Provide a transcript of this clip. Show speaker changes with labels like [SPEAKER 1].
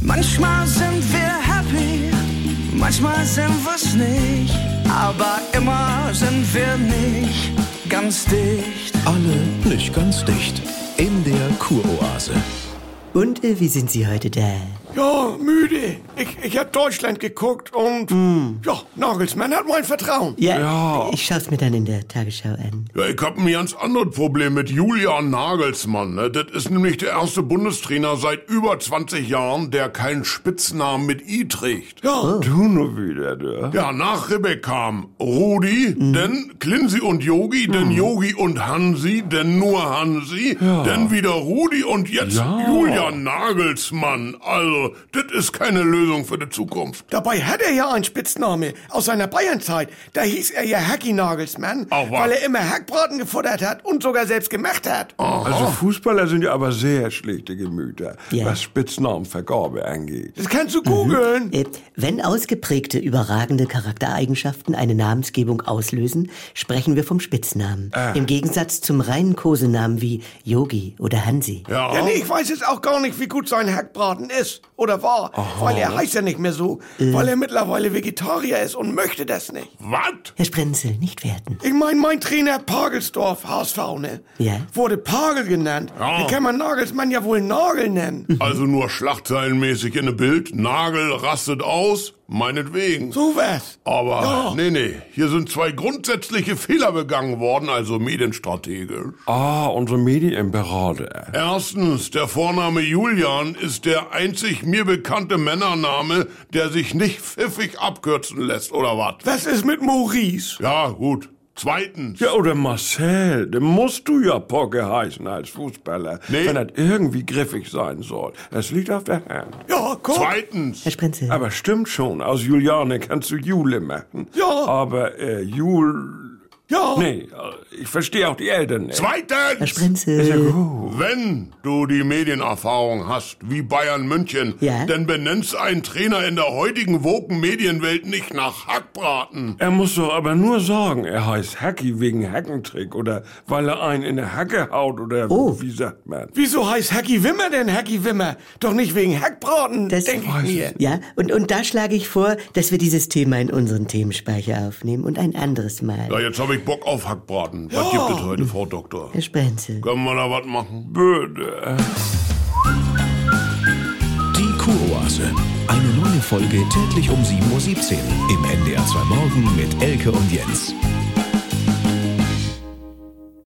[SPEAKER 1] Manchmal sind wir happy, manchmal sind wir's nicht, aber immer sind wir nicht ganz dicht.
[SPEAKER 2] Alle nicht ganz dicht. In der Kuroase.
[SPEAKER 3] Und äh, wie sind Sie heute da?
[SPEAKER 4] Ja, müde. Ich, ich hab Deutschland geguckt und ja, Nagelsmann hat mein Vertrauen.
[SPEAKER 3] Ja, ich schaue es mir dann in der Tagesschau an.
[SPEAKER 5] Ja, ich hab ein ganz anderes Problem mit Julian Nagelsmann. Ne? Das ist nämlich der erste Bundestrainer seit über 20 Jahren, der keinen Spitznamen mit I trägt.
[SPEAKER 4] Ja,
[SPEAKER 6] Ah. Du nur wieder, du. Mhm.
[SPEAKER 5] Ja, nach Ribbeck kam Rudi, dann Klinsi und Yogi, dann Yogi und Hansi, dann nur Hansi, dann wieder Rudi und jetzt Julian Nagelsmann. Also, das ist keine Lösung für die Zukunft.
[SPEAKER 4] Dabei hat er ja einen Spitzname aus seiner Bayernzeit. Da hieß er ja Hacky Nagelsmann,
[SPEAKER 5] Ach, was?
[SPEAKER 4] weil er immer Hackbraten gefuttert hat und sogar selbst gemacht hat.
[SPEAKER 6] Also Fußballer sind ja aber sehr schlichte Gemüter,
[SPEAKER 3] Ja.
[SPEAKER 6] was Spitznamenvergabe angeht.
[SPEAKER 4] Das kannst du googeln.
[SPEAKER 3] Äh, Wenn ausgeprägte, überragende Charaktereigenschaften eine Namensgebung auslösen, sprechen wir vom Spitznamen. Im Gegensatz zum reinen Kosenamen wie Yogi oder Hansi.
[SPEAKER 4] Ja, nee, ich weiß jetzt auch gar nicht, wie gut sein Hackbraten ist oder war, weil er heißt ja nicht mehr so, weil er mittlerweile Vegetarier ist und möchte das nicht.
[SPEAKER 5] Was?
[SPEAKER 3] Herr Sprenzel, nicht werten.
[SPEAKER 4] Ich meine, mein Trainer Pagelsdorf, HSV, ne?
[SPEAKER 3] Ja.
[SPEAKER 4] Wurde Pagel genannt.
[SPEAKER 5] Ja.
[SPEAKER 4] Wie kann man Nagelsmann ja wohl Nagel
[SPEAKER 6] Hm.
[SPEAKER 4] nennen?
[SPEAKER 5] Also nur schlagzeilenmäßig in ne Bild. Nagel rastet aus, meinetwegen.
[SPEAKER 4] So was.
[SPEAKER 5] Aber
[SPEAKER 4] Ja.
[SPEAKER 5] nee, nee, hier sind zwei grundsätzliche Fehler begangen worden, also medienstrategisch.
[SPEAKER 6] Ah, unsere Medienberater.
[SPEAKER 5] Erstens, der Vorname Julian ist der einzig mir bekannte Männername, der sich nicht pfiffig abkürzen lässt, oder was?
[SPEAKER 4] Was ist mit Maurice?
[SPEAKER 5] Ja, gut. Zweitens,
[SPEAKER 6] Ja, oder Marcel, den musst du ja Pogge heißen als Fußballer,
[SPEAKER 5] Nee.
[SPEAKER 6] wenn das irgendwie griffig sein soll. Das liegt auf der Hand.
[SPEAKER 4] Ja, guck.
[SPEAKER 5] zweitens,
[SPEAKER 3] Herr Sprenzel.
[SPEAKER 6] Aber stimmt schon, aus Juliane kannst du Jule machen.
[SPEAKER 4] Ja.
[SPEAKER 6] Aber äh, Jul...
[SPEAKER 4] Ja.
[SPEAKER 6] Nee, äh, ich verstehe auch die Eltern nicht.
[SPEAKER 3] Herr
[SPEAKER 5] zweitens,
[SPEAKER 3] Sprenzel.
[SPEAKER 5] wenn du die Medienerfahrung hast, wie Bayern München,
[SPEAKER 3] Ja.
[SPEAKER 5] dann benennst einen Trainer in der heutigen woken Medienwelt nicht nach Hackbraten.
[SPEAKER 6] Er muss doch aber nur sagen, er heißt Hacky wegen Hackentrick oder weil er einen in der Hacke haut oder
[SPEAKER 3] Oh.
[SPEAKER 6] wie sagt man.
[SPEAKER 4] Wieso heißt Hacky Wimmer denn Hacky Wimmer? Doch nicht wegen Hackbraten,
[SPEAKER 3] Das-
[SPEAKER 4] denk ich
[SPEAKER 6] Weiß
[SPEAKER 4] mir.
[SPEAKER 3] Ja, und, und da schlage ich vor, dass wir dieses Thema in unseren Themenspeicher aufnehmen und ein anderes Mal.
[SPEAKER 5] Ja, jetzt habe ich Bock auf Hackbraten. Was gibt es heute, Frau Doktor?
[SPEAKER 3] Herr Sprenzel.
[SPEAKER 5] Können wir da was machen?
[SPEAKER 6] Böde.
[SPEAKER 2] Die Kuroase. Eine neue Folge täglich um 7.17 Uhr im NDR 2 Morgen mit Elke und Jens.